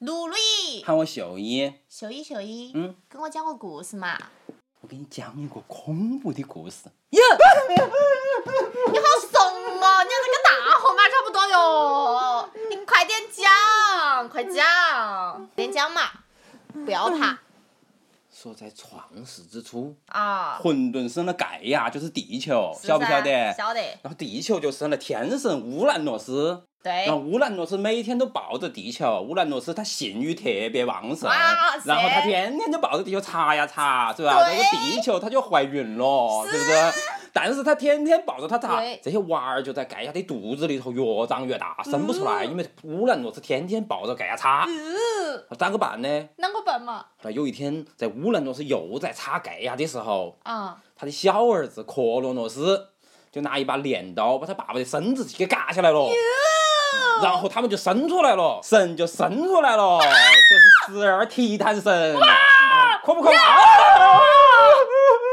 努力。喊我秀一。小一，小一，嗯，跟我讲个故事嘛。我给你讲一个恐怖的故事。你好怂哦，你这个大河马差不多哟。你快点讲，快讲，点讲嘛，不要他说在创世之初，啊。混沌生了盖亚，就是地球，是啊晓嗯不噻晓得？晓得，然后地球就生了天神乌兰诺斯，对然后，乌兰诺斯每天都抱着地球，乌兰诺斯他性欲特别旺盛哇，塞然后他天天就抱着地球擦呀擦，是吧？对这个地球它就怀孕了，是不是？但是他天天抱着它擦对，这些娃儿就在盖亚的肚子里头越长越大，生不出来，因为乌兰诺斯天天抱着盖亚擦，嗯，咋个办呢？啷个办嘛？后来有一天，在乌兰诺斯又在擦盖亚的时候，啊，他的小儿子科罗诺斯就拿一把镰刀把他爸爸的身子给割下来了，然后他们就生出来了，神就生出来了，就是十二提坦神，嗯恐不恐怖？啊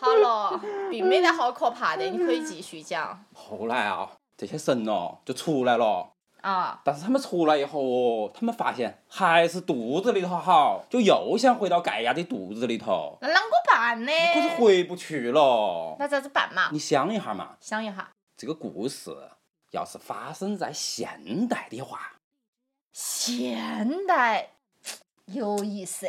好了，并没得好可怕的，你可以继续讲后来啊，这些神哦就出来了。啊。但是他们出来以后哦，他们发现还是肚子里头好，就又想回到盖亚的肚子里头，那啷个办呢？可是回不去了。那咋子办嘛？你想一下嘛，想一下，这个故事要是发生在现代的话，现代有意思，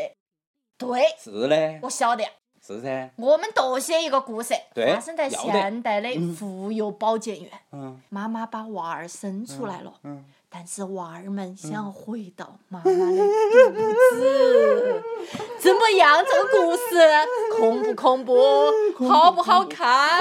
对，是嘞，我晓得。是噻，我们都写一个故事，对发生在要得现代的嗯妇幼保健院。嗯妈妈把娃儿生出来了，嗯，但是娃儿们想回到妈妈的肚子，怎么样？这个 故事恐不恐怖？好不好看？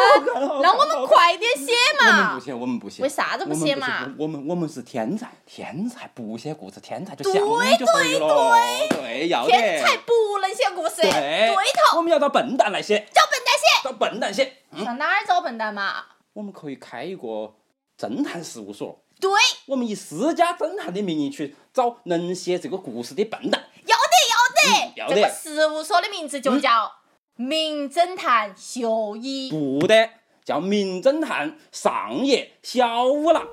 让我们快点写我们嘛不！写，我们不写，为啥子不写嘛我们不我们我们是天才，天才不写故事，天才就对想就会了，对，要得，天才不能写故事，对，对头，我们要找笨蛋来写，找笨蛋找笨蛋写，写，上哪儿找笨蛋嘛？我们可以开一个侦探事务所，对，我们以私家侦探的名义去找能写这个故事的笨蛋，要得嗯要得，要嗯得这个事务所的名字就叫名侦探秀一。不得，叫名侦探上野小五郎。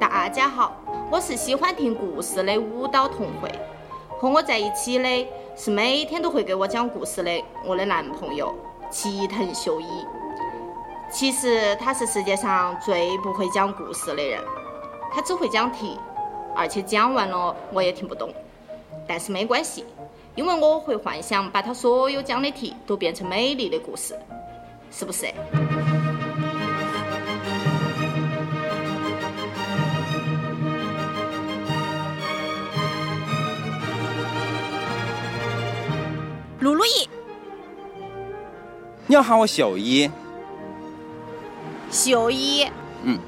大家好，我是喜欢听故事的舞蹈同慧，和我在一起的是每天都会给我讲故事的我的男朋友齐藤秀一。其实他是世界上最不会讲故事的人，他只会讲题，而且讲完了我也听不懂。但是没关系，因为我会幻想把他所有讲的题都变成美丽的故事，是不是？露露一你要喊我秀一，秀一。嗯，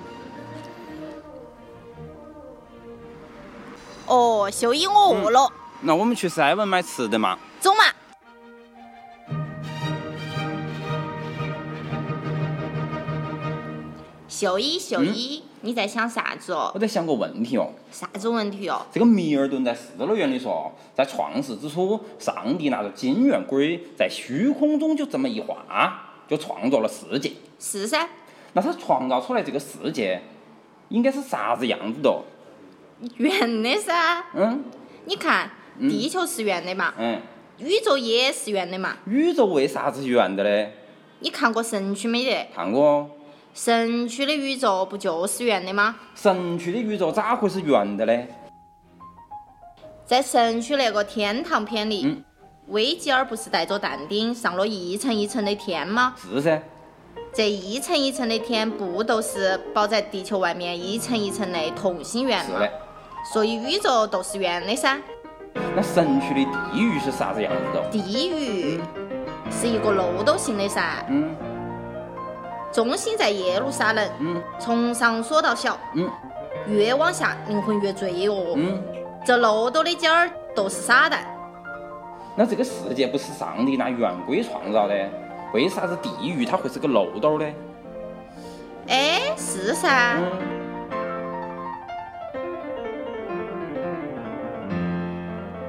哦，秀一，我饿了，那我们去 seven 买吃的嘛。走嘛。秀一，秀一，你在想啥子哦我？在想个问题哦，啥子问题哦？这个密尔顿在《失乐园》里说，在创世之初，上帝拿着金圆规在虚空中就这么一画，就创造了世界。是噻，那他创造出来这个世界，应该是啥子样子的哦？圆的噻。嗯你看，地球是圆的嘛，嗯，宇宙也是圆的嘛。宇宙为啥子圆的嘞？你看过神曲没得？看过神曲的宇宙不就是圆的吗？神曲的宇宙咋会是圆的嘞？在神曲那个天堂篇里，嗯维吉尔不是带着但丁上了一层一层的天吗？是噻，这一层一层的天不都是包在地球外面一层一层的同心圆是吗嘞？。所以宇宙都是圆的噻。那神曲的地狱是啥子样子的哦？地狱是一个漏斗形的噻，嗯中心在耶路撒冷，嗯从上说到小，嗯越往下灵魂越罪恶。嗯。这漏斗的尖儿都是撒旦。那这个世界不是上帝拿圆规创造的，为啥子地狱它会是个漏斗呢？哎，是噻。嗯，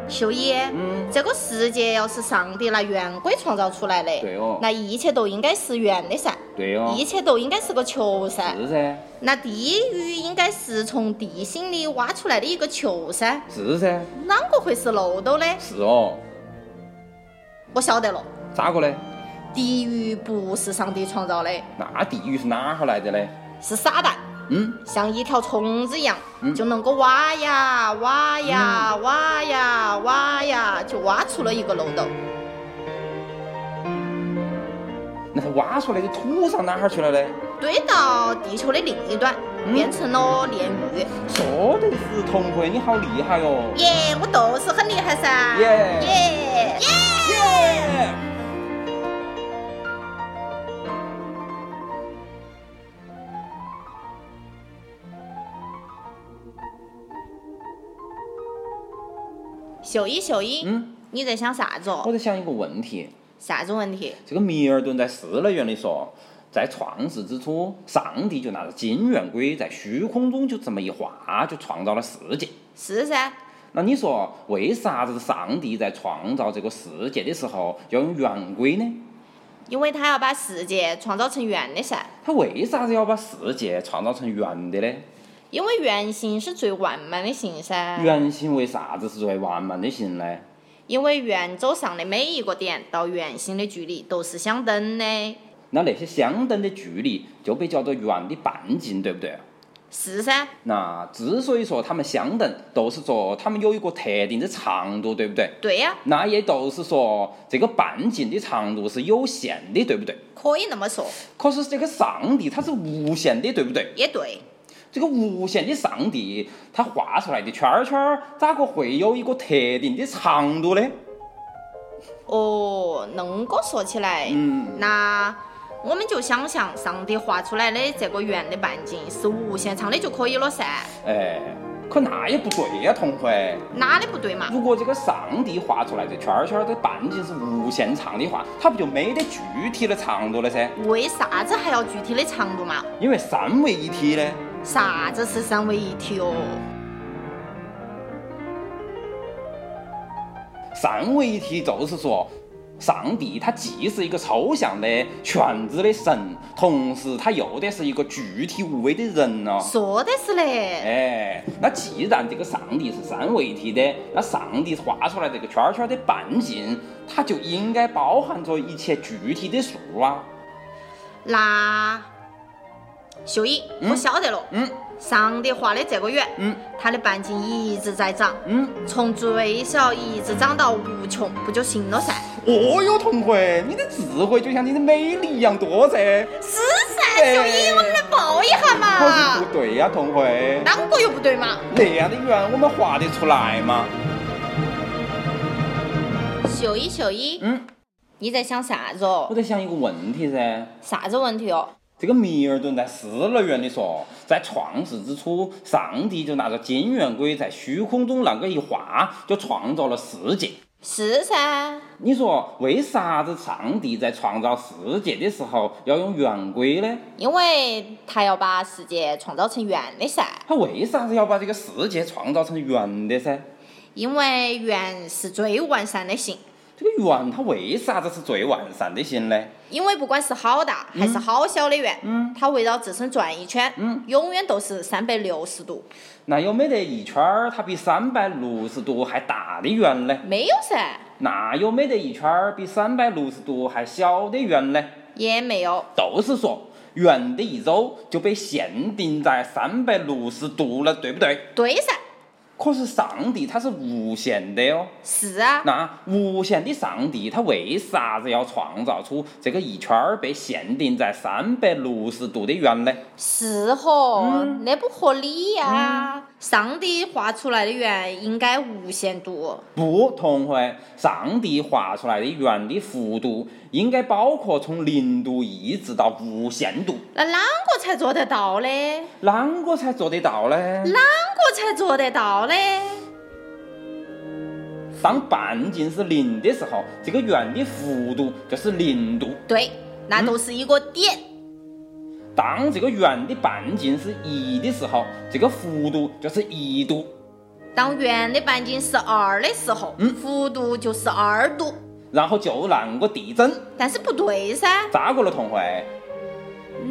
秀姨，嗯这个世界要是上帝拿圆规创造出来的，对哦那一切都应该是圆的噻，对哦一，切都应该是个球噻。是噻，那地狱应该是从地心里挖出来的一个球噻，是噻，啷个会是漏斗呢？是哦，我晓得了，咋个呢？地狱不是上帝创造的，那地狱是哪哈来的呢？是撒旦，嗯，像一条虫子一样，嗯就能够挖呀挖呀、挖呀挖呀，就挖出了一个漏斗。那它挖出来的土上哪哈去了呢？堆到地球的另一端，嗯变成了炼狱。说的是童慧，你好厉害哦！耶，我都是很厉害噻！耶耶耶！耶！秀一秀一，嗯，你在想啥子我哦？在想一个问题，啥子问题？这个米尔顿在《失乐园》里说，在创世之初，上帝就拿着金圆规在虚空中就这么一画，就创造了世界。是噻，那你说，为啥子上帝在创造这个世界的时候要用圆规呢？因为他要把世界创造成圆的噻，他为啥子要把世界创造成圆的呢？因为圆形是最完满的形噻。圆形为啥子是最完满的形呢？因为圆周上的每一个点到圆心的距离都是相等的，那那些相等的距离就被叫做圆的半径，对不对？是噻，那之所以说它们相等，都是说它们有一个特定的长度，对不对？对呀、那也就是说，这个半径的长度是有限的，对不对？可以那么说，可是这个上帝他是无限的，对不对？也对，这个无限的上帝，他画出来的圈儿圈儿，咋个会有一个特定的长度呢？哦，恁个说起来，嗯那我们就想象上帝画出来的这个圆的半径是无限长的就可以了噻，哎，可那也不对呀、童慧。哪里不对嘛？如果这个上帝画出来的圈儿圈儿的半径是无限长的话，它不就没得具体的长度了噻？为啥子还要具体的长度嘛？因为三位一体呢。啥子是三位一体哦？三位一体就是说，上帝他既是一个抽象的全知的神，同时他又得是一个具体无为的人哦。说的是嘞，哎，那既然这个上帝是三位一体的，那上帝画出来这个圈儿圈儿的半径，它就应该包含着一切具体的数啊。那秀英，我晓得了，嗯上帝画的这个圆，嗯它的半径一直在长，嗯，从最小一直长到无穷，不就行了噻？哦哟，童慧，你的智慧就像你的美丽一样多噻。是噻，秀英，我们来抱一下可是嘛 不，对呀、童慧，啷个又不对嘛？那样的圆我们画得出来吗？秀一秀一，嗯，你在想啥子我哦？在想一个问题噻。啥子问题哦？这个米尔顿在《失乐园》里说，在创世之初，上帝就拿着金圆规在虚空中啷个一画，就创造了世界。是噻，你说为啥子上帝在创造世界的时候要用圆规呢？因为他要把世界创造成圆的噻，他为啥子要把这个世界创造成圆的噻？因为圆是最完善的形。这个圆它为啥子是最完善的形呢？因为不管是好大还是好小的圆，它围绕自身转一圈，永远都是三百六十度，那有没得一圈儿它比三百六十度还大的圆呢？没有噻，那有没得一圈儿比三百六十度还小的圆呢？也没有。都是说圆的一周就被限定在三百六十度了，对不对？对噻，可是上帝他是无限的哦，是啊，那无限的上帝他为啥子要创造出这个一圈儿被限定在三百六十度的圆呢？是吼，那不合理呀、上帝画出来的圆应该无限度，不，同会，上帝画出来的圆的幅度应该包括从零度一直到无限度，那啷个才做得到嘞？啷个才做得到呢？啷个才做得到嘞？当半径是零的时候，这个圆的幅度就是零度；对，那都是一个点，当这个圆的半径是一的时候，这个幅度就是一度。当圆的半径是二的时候，嗯弧度就是二度，然后就让我递增，但是不对噻，咋个了，童慧？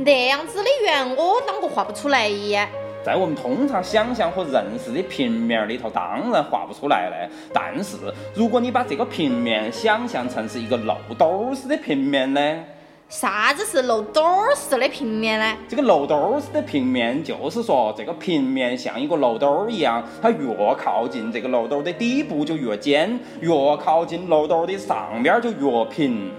那样子的圆我啷个画不出来呀？在我们通常想象和认识的平面里头，当然画不出来嘞。但是如果你把这个平面想象成是一个漏斗式的平面呢，啥子是漏斗儿式的平面呢？这个漏斗式的平面就是说，这个平面像一个漏斗一样，它越靠近这个漏斗的底部就越尖，越靠近漏斗的上边就越平。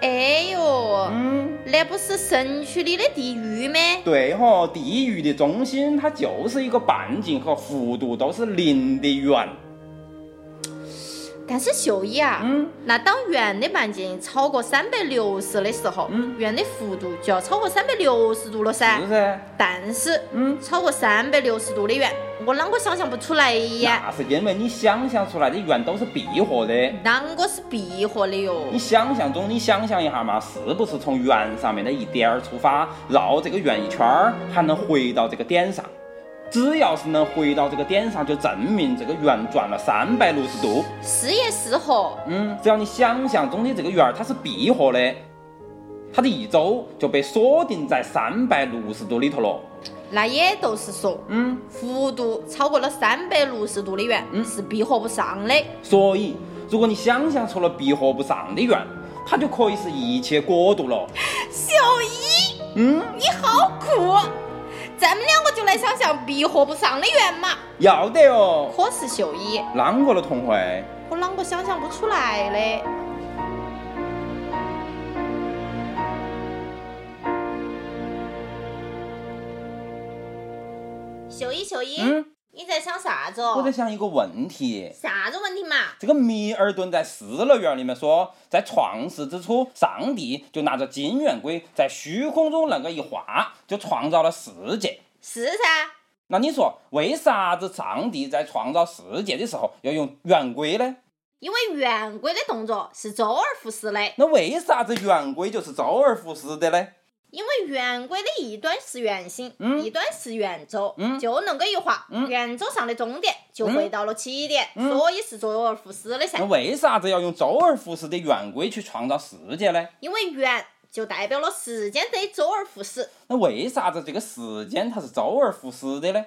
哎呦，嗯，那不是神曲里的地狱吗？对吼、地域的中心它就是一个半径和弧度都是零的圆。但是秀姨啊，嗯那当圆的半径超过三百六十的时候，嗯圆的弧度就要超过三百六十度了噻是。噻，但是嗯。超过三百六十度的圆，我啷个想象不出来哎呀？那是因为你想象出来的圆都是闭合的。啷个是闭合的哟？你想象中，你想象一下嘛，是不是从圆上面的一点儿出发，绕这个圆一圈儿，还能回到这个点上？只要是能回到这个点上，就证明这个圆转了三百六十度。是也是吼，嗯，只要你想象中的这个圆儿它是闭合的，它的一周就被锁定在三百六十度里头了。那也就是说，嗯，弧度超过了三百六十度的圆、嗯是闭合不上的。所以如果你想象出了闭合不上的圆，它就可以是一切角度了。秀姨，嗯。你好酷！咱们两个就来想象闭合不上的圆嘛。要得哦，可是秀姨，啷个了童慧？我啷个想象不出来嘞？秀姨，秀姨，嗯，你在想啥子我在哦？想一个问题。啥子问题嘛？这个米尔顿在《失乐园》里面说，在创世之初，上帝就拿着金圆规在虚空中恁个一画，就创造了世界。是噻，那你说，为啥子上帝在创造世界的时候要用圆规呢？因为圆规的动作是周而复始的，那为啥子圆规就是周而复始的呢？因为圆规的一端是圆心，嗯一端是圆周，嗯就恁个一画，嗯圆周上的终点就回到了起点，嗯哦所以是周而复始的噻。那为啥子要用周而复始的圆规去创造世界呢？因为圆就代表了时间的周而复始，那为啥子这个时间它是周而复始的呢？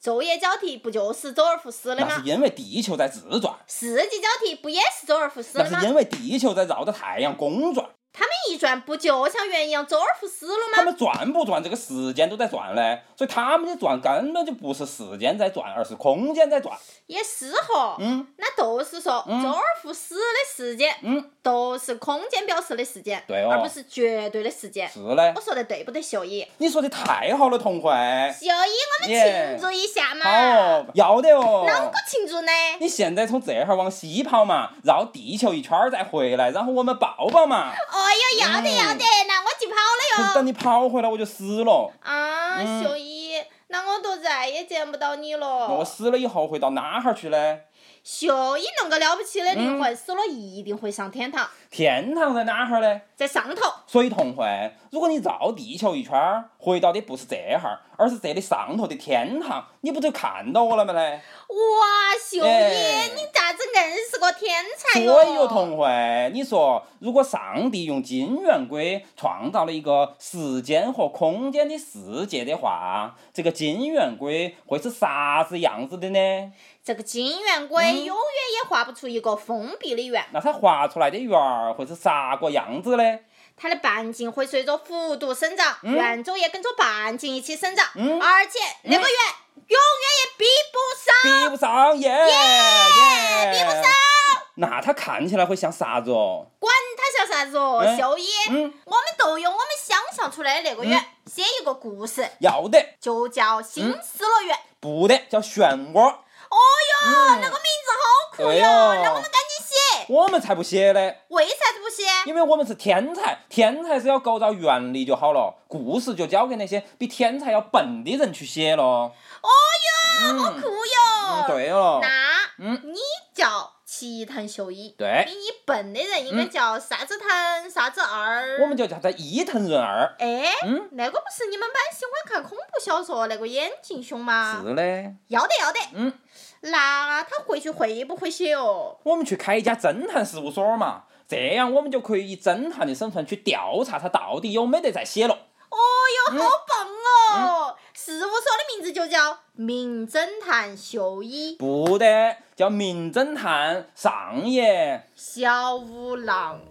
昼夜交替不就是周而复始的那是吗？因为地球在自转，四季交替不也是周而复始那的吗是？因为地球在绕着太阳公转。它们一转不就像圆一样周而复始了它吗？们转不转，这个时间都在转嘞，所以它们的转根本就不是时间在转，而是空间在转。也是吼，嗯那就是说嗯周而复始的时间嗯，都是空间表示的时间，对哦而不是绝对的时间。是嘞我。说的对不对，秀姨？你说的太好了，童慧。秀姨，我们耶庆祝一下嘛好、！哦，要得啷哦个。庆祝呢？你现在从这儿往西跑嘛，绕地球一圈儿再回来，然后我们抱抱嘛。哦哟，要得嗯要得，那我去跑了哟等。你跑回来我就死了。啊， 嗯秀姨，那我都再也见不到你我了。死了以后会到哪哈儿去嘞？秀姨恁个了不起的嗯灵魂，死了一定会上天堂，天堂在哪哈儿嘞？在上头。所以同会，如果你绕地球一圈儿，回到的不是这哈儿，而是这里上头的天堂，你不就看到我了没嘞？哇，秀哎姨，你咋子硬是个天才哟？所以哟，同会，你说如果上帝用金圆规创造了一个时间和空间的世界的话，这个金圆规会是啥子样子的呢？这个金圆规嗯永远也画不出一个封闭的圆，那它画出来的圆儿会是啥个样子嘞？它的半径会随着弧度生长，嗯圆周也跟着半径一起生长，嗯而且那个圆永远也比不上。比不上耶耶，比不上。那它看起来会像啥子哦？管它叫啥子哦，嗯秀姨，嗯，我们都用我们想象出来的那个圆写一个故事，要得。就叫《新嗯失乐园》。不得，叫漩涡。哦嗯哟，那个名字好酷对哟！哟哎那我们赶紧写，我们才不写嘞，为啥子不写？ 因为我们是天才，天才是要构造原理就好了，故事就交给那些比天才要笨的人去写咯。嗯哦哟，好酷哟！嗯，对了，那嗯你叫《奇齐藤秀一。对你，一本的人应该叫啥子藤啥子二。嗯我们就叫他伊藤润二。哎，嗯，那个不是你们班喜欢看恐怖小说那个眼镜兄吗？是的，要得要得。嗯。那他回去会不会写哦？我们去开一家侦探事务所嘛，这样我们就可以以侦探的身份去调查他到底有没得在写了。哦嗯哟，好棒哦！事务所的名字就叫名侦探秀一不得，叫名侦探上野。小五郎。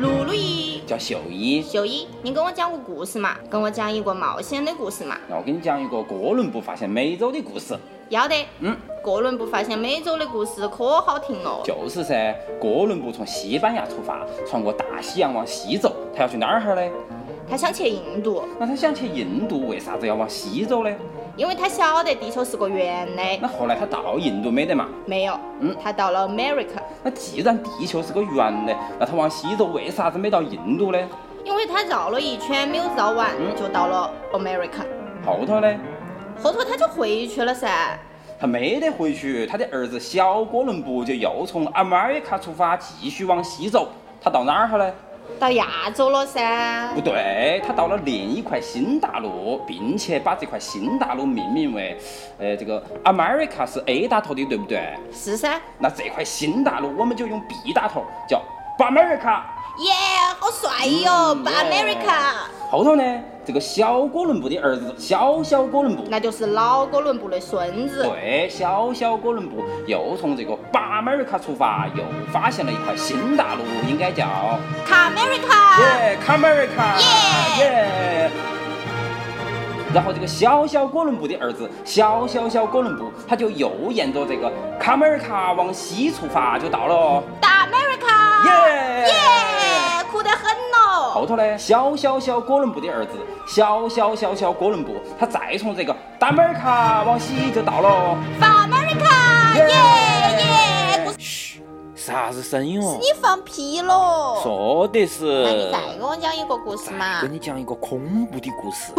露露一。叫秀一。秀一，你跟我讲个故事嘛，跟我讲一个冒险的故事嘛。那我给你讲一个哥伦布发现美洲的故事。要得，嗯，哥伦布发现美洲的故事可好听了。就是噻，哥伦布从西班牙出发，穿过大西洋往西走，他要去哪儿哈呢？他想去印度，那他想去印度，为啥子要往西走呢？因为他晓得地球是个圆的。那后来他到印度没得嘛？没有，嗯他到了 America，那既然地球是个圆的，那他往西走为啥子没到印度呢？因为他绕了一圈没有绕完，嗯就到了 America。后头呢？后头他就回去了噻。他没得回去，他的儿子小哥伦布就又从 America 出发，继续往西走。他到哪儿哈呢？到亚洲了噻不，对，他到了另一块新大陆，并且把这块新大陆命名为，呃，这个 America 是 A 打头的，对不对？是噻，那这块新大陆我们就用 B 打头，叫 America。耶、好帅哟、嗯 b a America，后头呢，这个小哥伦布的儿子小小哥伦布，那就是老哥伦布的孙子。对，小小哥伦布又从这个巴美尔卡出发，又发现了一块新大陆，应该叫卡 America，耶卡美尔卡耶耶。然后这个小小哥伦布的儿子小小小哥伦布，他就又沿着这个卡美尔卡往西出发，就到了大 America，耶啊耶，酷得很咯。后头呢，小小小哥伦布的儿子，小小小小哥伦布，他再从这个达美尔卡往西就到了。法 America，耶耶，哦不是嘘，啥子声音哦？你放屁喽！说的是呃那你再给我讲一个故事嘛。你讲一个恐怖的故事。